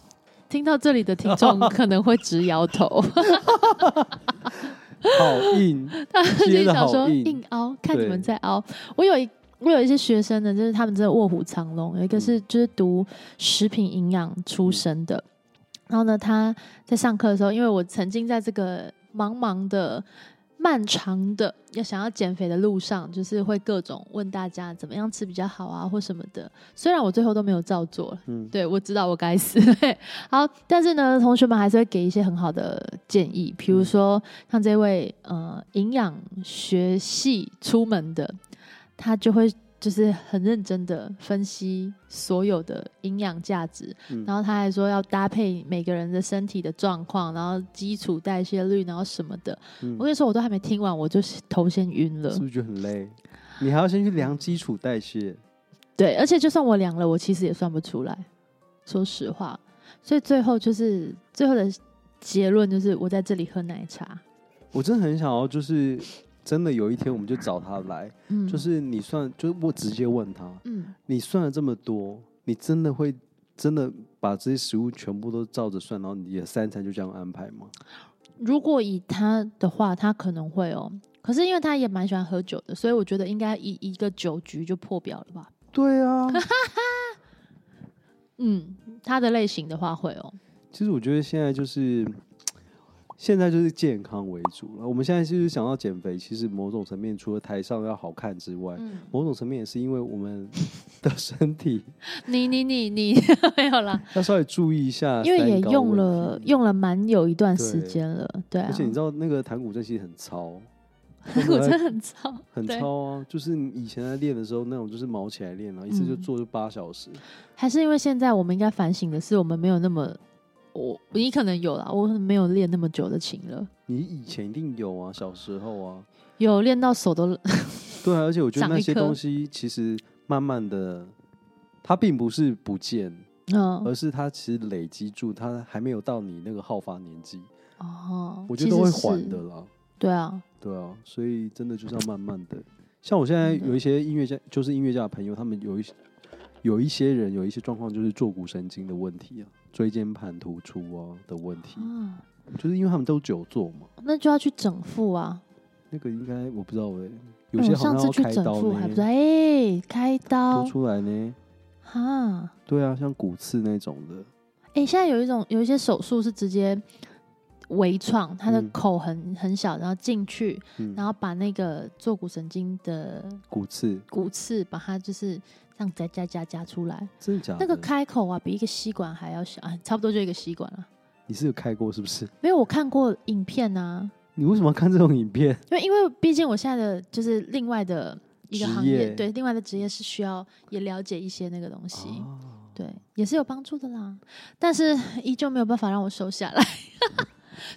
Speaker 2: 听到这里的听众可能会直摇头，
Speaker 1: 好硬，
Speaker 2: 他
Speaker 1: 接得
Speaker 2: 就想
Speaker 1: 好
Speaker 2: 说
Speaker 1: 硬
Speaker 2: 硬凹，看你们
Speaker 1: 对
Speaker 2: 在凹。我有一我有一些学生呢，就是他们真的卧虎藏龙，有
Speaker 1: 嗯
Speaker 2: 一个是就是读食品营养出身的，然后呢，他在上课的时候，因为我曾经在这个茫茫的。漫长的要想要减肥的路上，就是会各种问大家怎么样吃比较好啊，或什么的。虽然我最后都没有照做，
Speaker 1: 嗯，
Speaker 2: 对，我知道我该死。对好，但是呢，同学们还是会给一些很好的建议，比
Speaker 1: 嗯
Speaker 2: 如说像这位呃营养学系出门的，他就会就是很认真的分析所有的营养价值，
Speaker 1: 嗯
Speaker 2: 然后他还说要搭配每个人的身体的状况，然后基础代谢率，然后什么的。
Speaker 1: 嗯
Speaker 2: 我跟你说，我都还没听完，我就头先晕了
Speaker 1: 是。不是觉得很累？你还要先去量基础代谢，
Speaker 2: 对，而且就算我量了，我其实也算不出来，说实话。所以最后就是最后的结论就是，我在这里喝奶茶。
Speaker 1: 我真的很想要，就是真的有一天我们就找他来，
Speaker 2: 嗯，
Speaker 1: 就是你算，就是我直接问他，
Speaker 2: 嗯，
Speaker 1: 你算了这么多，你真的会真的把这些食物全部都照着算，然后你的三餐就这样安排吗？
Speaker 2: 如果以他的话，他可能会哦。可是因为他也蛮喜欢喝酒的，所以我觉得应该一一个酒局就破表了吧？
Speaker 1: 对啊，
Speaker 2: 嗯，他的类型的话会哦、
Speaker 1: 其实我觉得现在就是，现在就是健康为主了。我们现在就是想要减肥，其实某种层面除了台上要好看之外，
Speaker 2: 嗯，
Speaker 1: 某种层面也是因为我们的身体
Speaker 2: 你你你你 没有啦，
Speaker 1: 要稍微注意一下，
Speaker 2: 因为也用了。用了蛮有一段时间了，对啊
Speaker 1: 而，且你知道那个弹古筝其实很 糙，
Speaker 2: 我真的很糙，
Speaker 1: 很
Speaker 2: 对，
Speaker 1: 糙啊！就是你以前在练的时候，那种就是毛起来练啊，一次
Speaker 2: 嗯
Speaker 1: 就做就八小时。
Speaker 2: 还是因为现在我们应该反省的是，我们没有那么我你可能有啦，我可能没有练那么久的琴了，
Speaker 1: 你以前一定有啊，小时候啊，
Speaker 2: 有练到手都
Speaker 1: 对啊，而且我觉得
Speaker 2: 长
Speaker 1: 那
Speaker 2: 一
Speaker 1: 些
Speaker 2: 颗
Speaker 1: 东西其实慢慢的，它并不是不见，
Speaker 2: 嗯
Speaker 1: 而是它其实累积住，它还没有到你那个好发年纪，
Speaker 2: 哦，
Speaker 1: 我觉得都会
Speaker 2: 其实是
Speaker 1: 还的，啦。
Speaker 2: 对啊，
Speaker 1: 对啊，所以真的就是要慢慢的。像我现在
Speaker 2: 嗯
Speaker 1: 有一些音乐家，就是音乐家的朋友，他们有一些有一些人有一些状况，就是坐骨神经的问题啊，椎间盘突出啊的问题，
Speaker 2: 啊，
Speaker 1: 就是因为他们都久坐嘛。
Speaker 2: 那就要去整复啊。
Speaker 1: 那个应该我不知道哎、
Speaker 2: 哎
Speaker 1: 有些
Speaker 2: 我
Speaker 1: 好
Speaker 2: 上
Speaker 1: 像
Speaker 2: 次
Speaker 1: 要
Speaker 2: 去
Speaker 1: 开
Speaker 2: 整
Speaker 1: 刀
Speaker 2: 复还不知哦
Speaker 1: 呢，
Speaker 2: 道，哎、开刀
Speaker 1: 多出来呢。
Speaker 2: 哈，
Speaker 1: 对啊，像骨刺那种的，
Speaker 2: 哎、现在有一种有一些手术是直接微创，它的
Speaker 1: 嗯
Speaker 2: 口很很小，然后进去，
Speaker 1: 嗯，
Speaker 2: 然后把那个坐骨神经的
Speaker 1: 骨刺
Speaker 2: 骨刺把它就是这样夹夹夹夹出来，
Speaker 1: 真的假的？
Speaker 2: 那个开口啊比一个吸管还要小，啊、差不多就一个吸管了、
Speaker 1: 你是有开过是不是？
Speaker 2: 没有，我看过影片啊，
Speaker 1: 你为什么要看这种影 片？
Speaker 2: 因为因为毕竟我现在的就是另外的一个
Speaker 1: 职
Speaker 2: 行业，
Speaker 1: 业
Speaker 2: 对，另外的职业是需要也了解一些那个东西。
Speaker 1: 啊
Speaker 2: 对，也是有帮助的啦，但是 依旧没有办法让我瘦下来。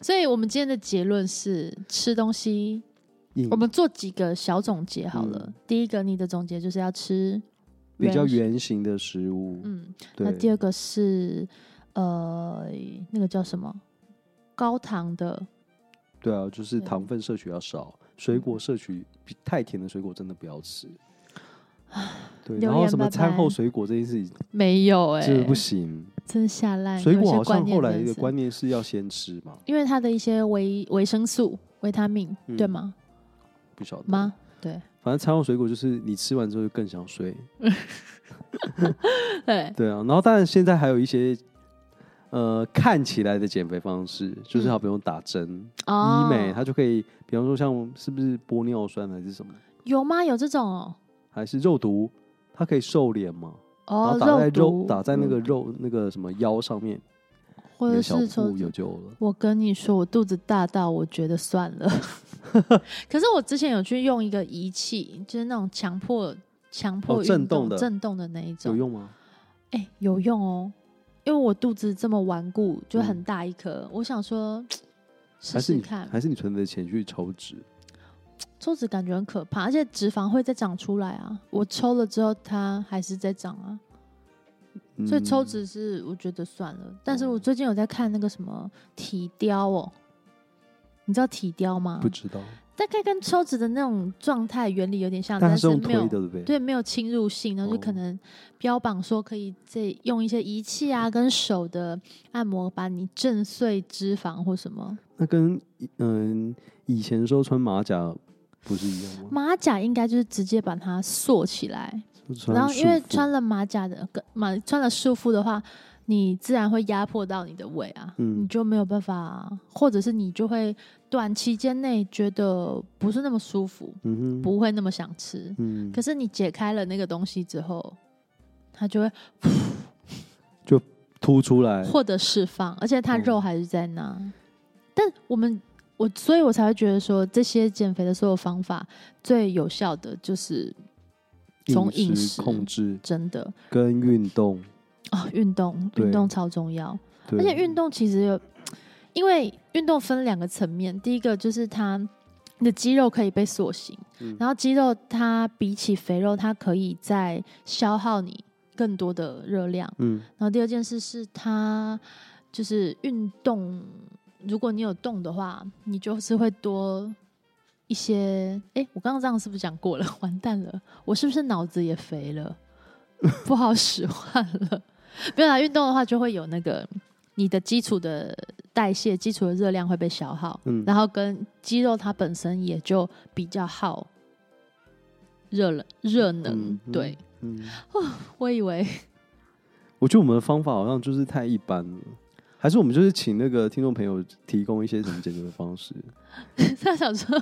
Speaker 2: 所以我们今天的结论是：吃东西，
Speaker 1: 影
Speaker 2: 我们做几个小总结好了。
Speaker 1: 嗯
Speaker 2: 第一个，你的总结就是要吃
Speaker 1: 比较
Speaker 2: 原始，
Speaker 1: 圆形的食物，
Speaker 2: 嗯。那第
Speaker 1: 对，
Speaker 2: 二个是呃，那个叫什么？高糖的，
Speaker 1: 对啊，就是
Speaker 2: 对嗯
Speaker 1: 糖分摄取要少，水果摄取比太甜的水果真的不要吃。对，
Speaker 2: 榴
Speaker 1: 然后
Speaker 2: 莲
Speaker 1: 什么
Speaker 2: 拜
Speaker 1: 餐后
Speaker 2: 拜
Speaker 1: 水果这件事情
Speaker 2: 没有哎、
Speaker 1: 就是不行，
Speaker 2: 真下烂。
Speaker 1: 水
Speaker 2: 哎有
Speaker 1: 果
Speaker 2: 些
Speaker 1: 好像
Speaker 2: 观念
Speaker 1: 后来
Speaker 2: 真
Speaker 1: 的
Speaker 2: 是
Speaker 1: 观念是要先吃嘛，
Speaker 2: 因为它的一些维维生素、维他命，
Speaker 1: 嗯
Speaker 2: 对吗？
Speaker 1: 不晓得
Speaker 2: 吗？对
Speaker 1: 反正餐后水果就是你吃完之后就更想睡，
Speaker 2: 对，
Speaker 1: 对啊。然后当然现在还有一些呃看起来的减肥方式，就是它不用打针，
Speaker 2: 嗯哦，
Speaker 1: 医美它就可以，比方说像是不是玻尿酸还是什么，
Speaker 2: 有吗？有这种哦。
Speaker 1: 还是肉毒，它可以瘦脸嘛，
Speaker 2: 哦，
Speaker 1: 然后打在
Speaker 2: 毒
Speaker 1: 肉打在那个
Speaker 2: 嗯
Speaker 1: 肉那个什么腰上面，
Speaker 2: 或
Speaker 1: 你
Speaker 2: 者
Speaker 1: 的小
Speaker 2: 是说
Speaker 1: 腹，有救了。
Speaker 2: 我跟你说，我肚子大到我觉得算 了。可是我之前有去用一个仪器，就是那种强迫强迫
Speaker 1: 哦
Speaker 2: 运
Speaker 1: 震动的
Speaker 2: 震动的那一
Speaker 1: 有
Speaker 2: 种，
Speaker 1: 用吗？
Speaker 2: 哎、有用哦。因为我肚子这么顽固，就
Speaker 1: 嗯
Speaker 2: 很大一颗，我想说试
Speaker 1: 还是
Speaker 2: 试
Speaker 1: 你
Speaker 2: 看。
Speaker 1: 还是你存的钱去抽脂？
Speaker 2: 抽脂感觉很可怕，而且脂肪会再长出来啊！我抽了之后，它还是在长啊。所以抽
Speaker 1: 嗯
Speaker 2: 脂是我觉得算了，但是
Speaker 1: 哦
Speaker 2: 我最近有在看那个什么体雕哦，你知道体雕吗
Speaker 1: 不？知道，
Speaker 2: 大概跟抽脂的那种状态原理有点像，
Speaker 1: 但它
Speaker 2: 但
Speaker 1: 是
Speaker 2: 是
Speaker 1: 用
Speaker 2: 没
Speaker 1: 推的，
Speaker 2: 有
Speaker 1: 对不对？
Speaker 2: 对没有侵入性，然后就可
Speaker 1: 哦
Speaker 2: 能标榜说可以这用一些仪器啊跟手的按摩把你震碎脂肪或什么。
Speaker 1: 那跟嗯以前时候穿马甲不是一样吗？
Speaker 2: 马甲应该就是直接把它塑起来，
Speaker 1: 就是穿
Speaker 2: 然后因为
Speaker 1: 束缚
Speaker 2: 穿了马甲的跟马穿了束缚的话，你自然会压迫到你的胃啊，
Speaker 1: 嗯
Speaker 2: 你就没有办法，或者是你就会短期间内觉得不是那么舒服，
Speaker 1: 嗯哼
Speaker 2: 不会那么想吃。
Speaker 1: 嗯
Speaker 2: 可，是你解开了那个东西之后，它就会
Speaker 1: 凸出来，
Speaker 2: 获得释放，而且它
Speaker 1: 哎嗯
Speaker 2: 肉还是在那。但我们我，所以我才会觉得说，这些减肥的所有方法最有效的就是从饮食
Speaker 1: 控制
Speaker 2: 真的
Speaker 1: 跟运动，
Speaker 2: 哦，运动，
Speaker 1: 对
Speaker 2: 运动超重要。
Speaker 1: 对
Speaker 2: 而且运动其实有，因为运动分两个层面，第一个就是它你的肌肉可以被塑形，
Speaker 1: 嗯
Speaker 2: 然后肌肉它比起肥肉，它可以再消耗你更多的热量。
Speaker 1: 嗯
Speaker 2: 然后第二件事是它就是运动，如果你有动的话，你就是会多。一些哎、我刚刚这样是不是讲过了？ 完蛋了，我是不是脑子也肥了？不好使唤了。没有啦，运动的话就会有那个你的基础的代谢基础的热量会被消耗，
Speaker 1: 嗯
Speaker 2: 然后跟肌肉它本身也就比较耗热能热能。
Speaker 1: 嗯嗯
Speaker 2: 对
Speaker 1: 嗯，
Speaker 2: 我以为
Speaker 1: 我觉得我们的方法好像就是太一般了，还是我们就是请那个听众朋友提供一些什么解决的方式？
Speaker 2: 他想说，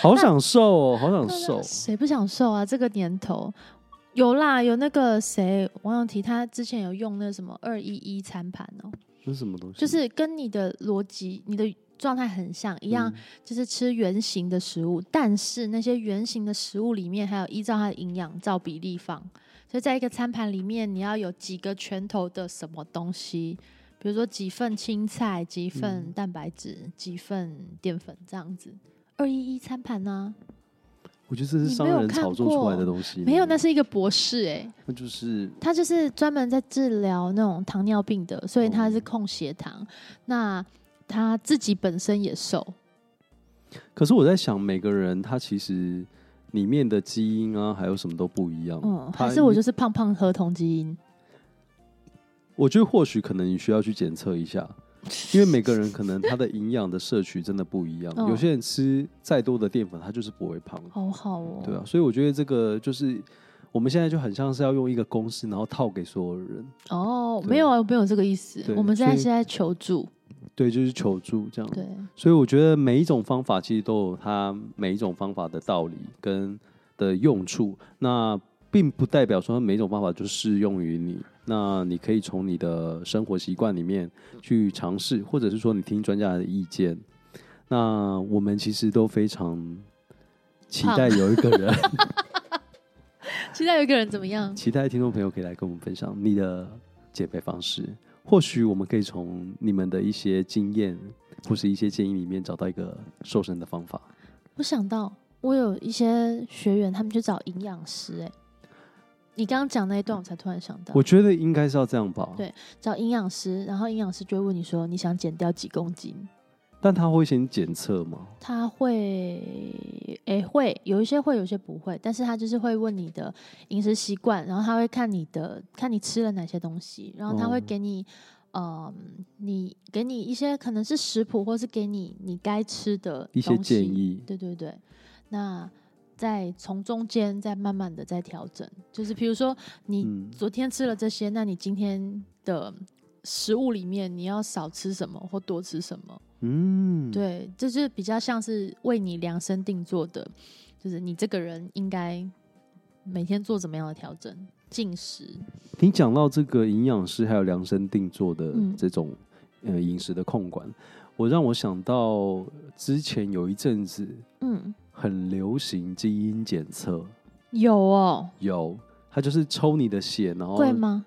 Speaker 1: 好想瘦哦，好想瘦
Speaker 2: 啊谁不想瘦啊？这个年头有啦，有那个谁王永提，他之前有用那什么二一一餐盘哦、
Speaker 1: 这是什么东西？
Speaker 2: 就是跟你的逻辑、你的状态很像，一样
Speaker 1: 嗯
Speaker 2: 就是吃圆形的食物，但是那些圆形的食物里面还有依照它的营养照比例放，所以在一个餐盘里面，你要有几个拳头的什么东西，比如说几份青菜、几份
Speaker 1: 嗯
Speaker 2: 蛋白质、几份淀粉这样子。二一一餐盘啊呢、
Speaker 1: 我觉得这是
Speaker 2: 你
Speaker 1: 商
Speaker 2: 没有
Speaker 1: 人
Speaker 2: 看
Speaker 1: 炒作出来
Speaker 2: 过
Speaker 1: 的东西呢，
Speaker 2: 没有，那是一个博士哎、
Speaker 1: 那就是
Speaker 2: 他就是专门在治疗那种糖尿病的，所以他是控血糖。
Speaker 1: 哦
Speaker 2: 那他自己本身也瘦，
Speaker 1: 可是我在想，每个人他其实里面的基因啊，还有什么都不一样。
Speaker 2: 嗯，
Speaker 1: 他
Speaker 2: 还是我就是胖胖合同基因。
Speaker 1: 我觉得或许可能你需要去检测一下，因为每个人可能他的营养的摄取真的不一样。
Speaker 2: 嗯
Speaker 1: 有些人吃再多的淀粉，他就是不会胖，
Speaker 2: 好好哦，
Speaker 1: 对啊。所以我觉得这个就是我们现在就很像是要用一个公式，然后套给所有人。
Speaker 2: 哦，
Speaker 1: 对
Speaker 2: 没有啊，没有这个意思，
Speaker 1: 对
Speaker 2: 我们现在
Speaker 1: 所以
Speaker 2: 是在求助，
Speaker 1: 对，就是求助这样。
Speaker 2: 对，
Speaker 1: 所以我觉得每一种方法其实都有它每一种方法的道理跟的用处，那并不代表说每一种方法就适用于你。那你可以从你的生活习惯里面去尝试，或者是说你听专家的意见。那我们其实都非常期待有一个人，
Speaker 2: 期待有一个人怎么样？
Speaker 1: 期待听众朋友可以来跟我们分享你的减肥方式。或许我们可以从你们的一些经验或是一些建议里面找到一个瘦身的方法。
Speaker 2: 我想到我有一些学员，他们去找营养师、哎，你刚刚讲那一段，我才突然想到
Speaker 1: 我，觉得应该是要这样吧。
Speaker 2: 对找营养师，然后营养师就会问你说你想减掉几公斤，
Speaker 1: 但他会先检测吗？
Speaker 2: 他会，诶、会有一些会，有一些不会，但是他就是会问你的饮食习惯，然后他会看你的，看你吃了哪些东西，然后他会
Speaker 1: 哦
Speaker 2: 给你，嗯、你给你一些可能是食谱，或是给你你该吃的
Speaker 1: 一些
Speaker 2: 东西
Speaker 1: 建，议，
Speaker 2: 对对对，那再从中间再慢慢的再调整，就是比如说你
Speaker 1: 嗯，
Speaker 2: 昨天吃了这些，那你今天的食物里面你要少吃什么或多吃什么。
Speaker 1: 嗯，，
Speaker 2: 对，这就是比较像是为你量身定做的，就是你这个人应该每天做怎么样的调整，进食。
Speaker 1: 你讲到这个营养师还有量身定做的
Speaker 2: 嗯
Speaker 1: 这种、呃饮食的控管，我让我想到之前有一阵子
Speaker 2: 嗯，
Speaker 1: 很流行基因检测，
Speaker 2: 有哦，
Speaker 1: 有，它就是抽你的血，然后
Speaker 2: 贵吗？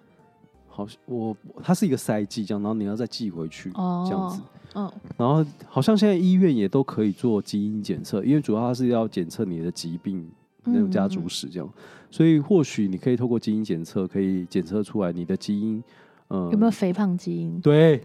Speaker 1: 好像，我它是一个塞剂这样，然后你要再寄回去、
Speaker 2: 哦，
Speaker 1: 这样子。
Speaker 2: 嗯，
Speaker 1: 然后好像现在医院也都可以做基因检测，因为主要它是要检测你的疾病那种家族
Speaker 2: 嗯
Speaker 1: 史这样，所以或许你可以透过基因检测，可以检测出来你的基因，嗯、
Speaker 2: 有没有肥胖基因？
Speaker 1: 对？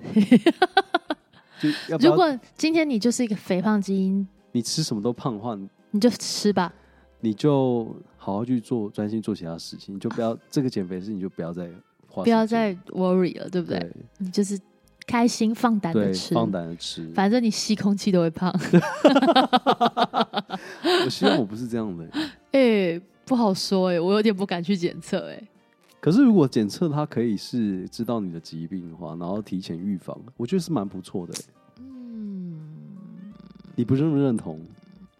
Speaker 1: 就要不
Speaker 2: 如
Speaker 1: 要
Speaker 2: 果今天你就是一个肥胖基因，
Speaker 1: 你吃什么都胖的话，
Speaker 2: 你就吃吧。
Speaker 1: 你就好好去做，专心做其他事情，你就不要这个减肥事，你就不要再花时间，
Speaker 2: 不要再 worry 了，对不对？
Speaker 1: 哦对
Speaker 2: 你就是开心放胆的
Speaker 1: 对
Speaker 2: 吃，
Speaker 1: 放胆的吃。
Speaker 2: 反正你吸空气都会胖。
Speaker 1: 我希望我不是这样的人。
Speaker 2: 哎、不好说哎、我有点不敢去检测哎。
Speaker 1: 可是如果检测它可以是知道你的疾病的话，然后提前预防，我觉得是蛮不错的欸、
Speaker 2: 嗯。
Speaker 1: 你不认不认同？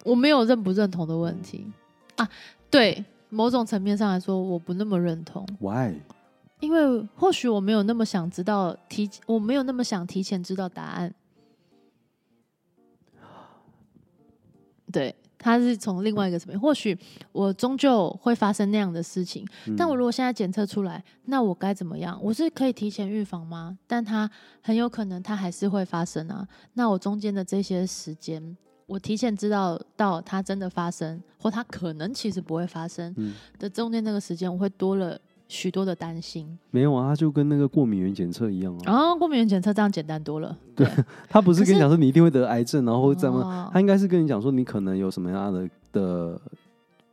Speaker 2: 我没有认不认同的问题啊，对，某种层面上来说，我不那么认同，
Speaker 1: Why？
Speaker 2: 因为或许我没有那么想知道提，我没有那么想提前知道答案。对，它是从另外一个层面，或许我终究会发生那样的事情，但我如果现在检测出来，那我该怎么样？我是可以提前预防吗？但它很有可能它还是会发生啊。那我中间的这些时间，我提前知道到它真的发生，或它可能其实不会发生
Speaker 1: 嗯
Speaker 2: 的中间那个时间，我会多了许多的担心。
Speaker 1: 没有啊，它就跟那个过敏原检测一样啊。
Speaker 2: 然后过敏原检测这样简单多了，对，
Speaker 1: 它不是
Speaker 2: 哦可是
Speaker 1: 跟你讲说你一定会得癌症，然后会怎么？
Speaker 2: 哦
Speaker 1: 它应该是跟你讲说你可能有什么样的的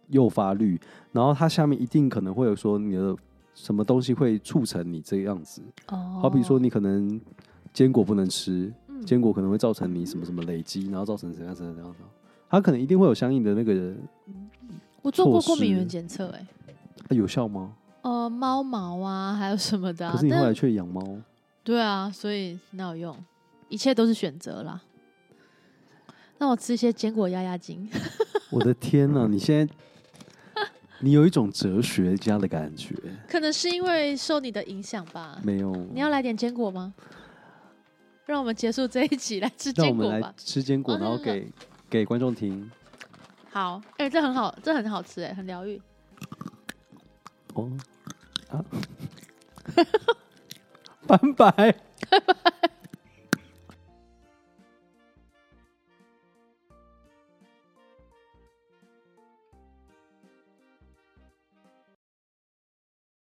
Speaker 1: 诱发率，然后它下面一定可能会有说你的什么东西会促成你这样子。
Speaker 2: 哦
Speaker 1: 好比说你可能坚果不能吃，
Speaker 2: 嗯
Speaker 1: 坚果可能会造成你什么什么累积，然后造成怎样怎样怎样，它可能一定会有相应的那个、
Speaker 2: 我做过
Speaker 1: 措
Speaker 2: 过敏
Speaker 1: 施
Speaker 2: 原检测，哎，
Speaker 1: 啊有效吗？
Speaker 2: 呃，猫毛啊，还有什么的、啊
Speaker 1: 可，是你后来
Speaker 2: 但
Speaker 1: 却养猫，
Speaker 2: 对啊，所以哪有用？一切都是选择啦。那我吃一些坚果压压惊，
Speaker 1: 我的天呐、你现在你有一种哲学家的感觉，
Speaker 2: 可能是因为受你的影响吧。
Speaker 1: 没有？
Speaker 2: 你要来点坚果吗？让我们结束这一集，来吃
Speaker 1: 让我
Speaker 2: 坚
Speaker 1: 们
Speaker 2: 果
Speaker 1: 来
Speaker 2: 吧。
Speaker 1: 吃坚果，
Speaker 2: 哦
Speaker 1: 然后
Speaker 2: 真的
Speaker 1: 给给观众听。
Speaker 2: 好，哎、这很好，这很好吃、哎，很疗愈。
Speaker 1: 哦，啊，拜拜。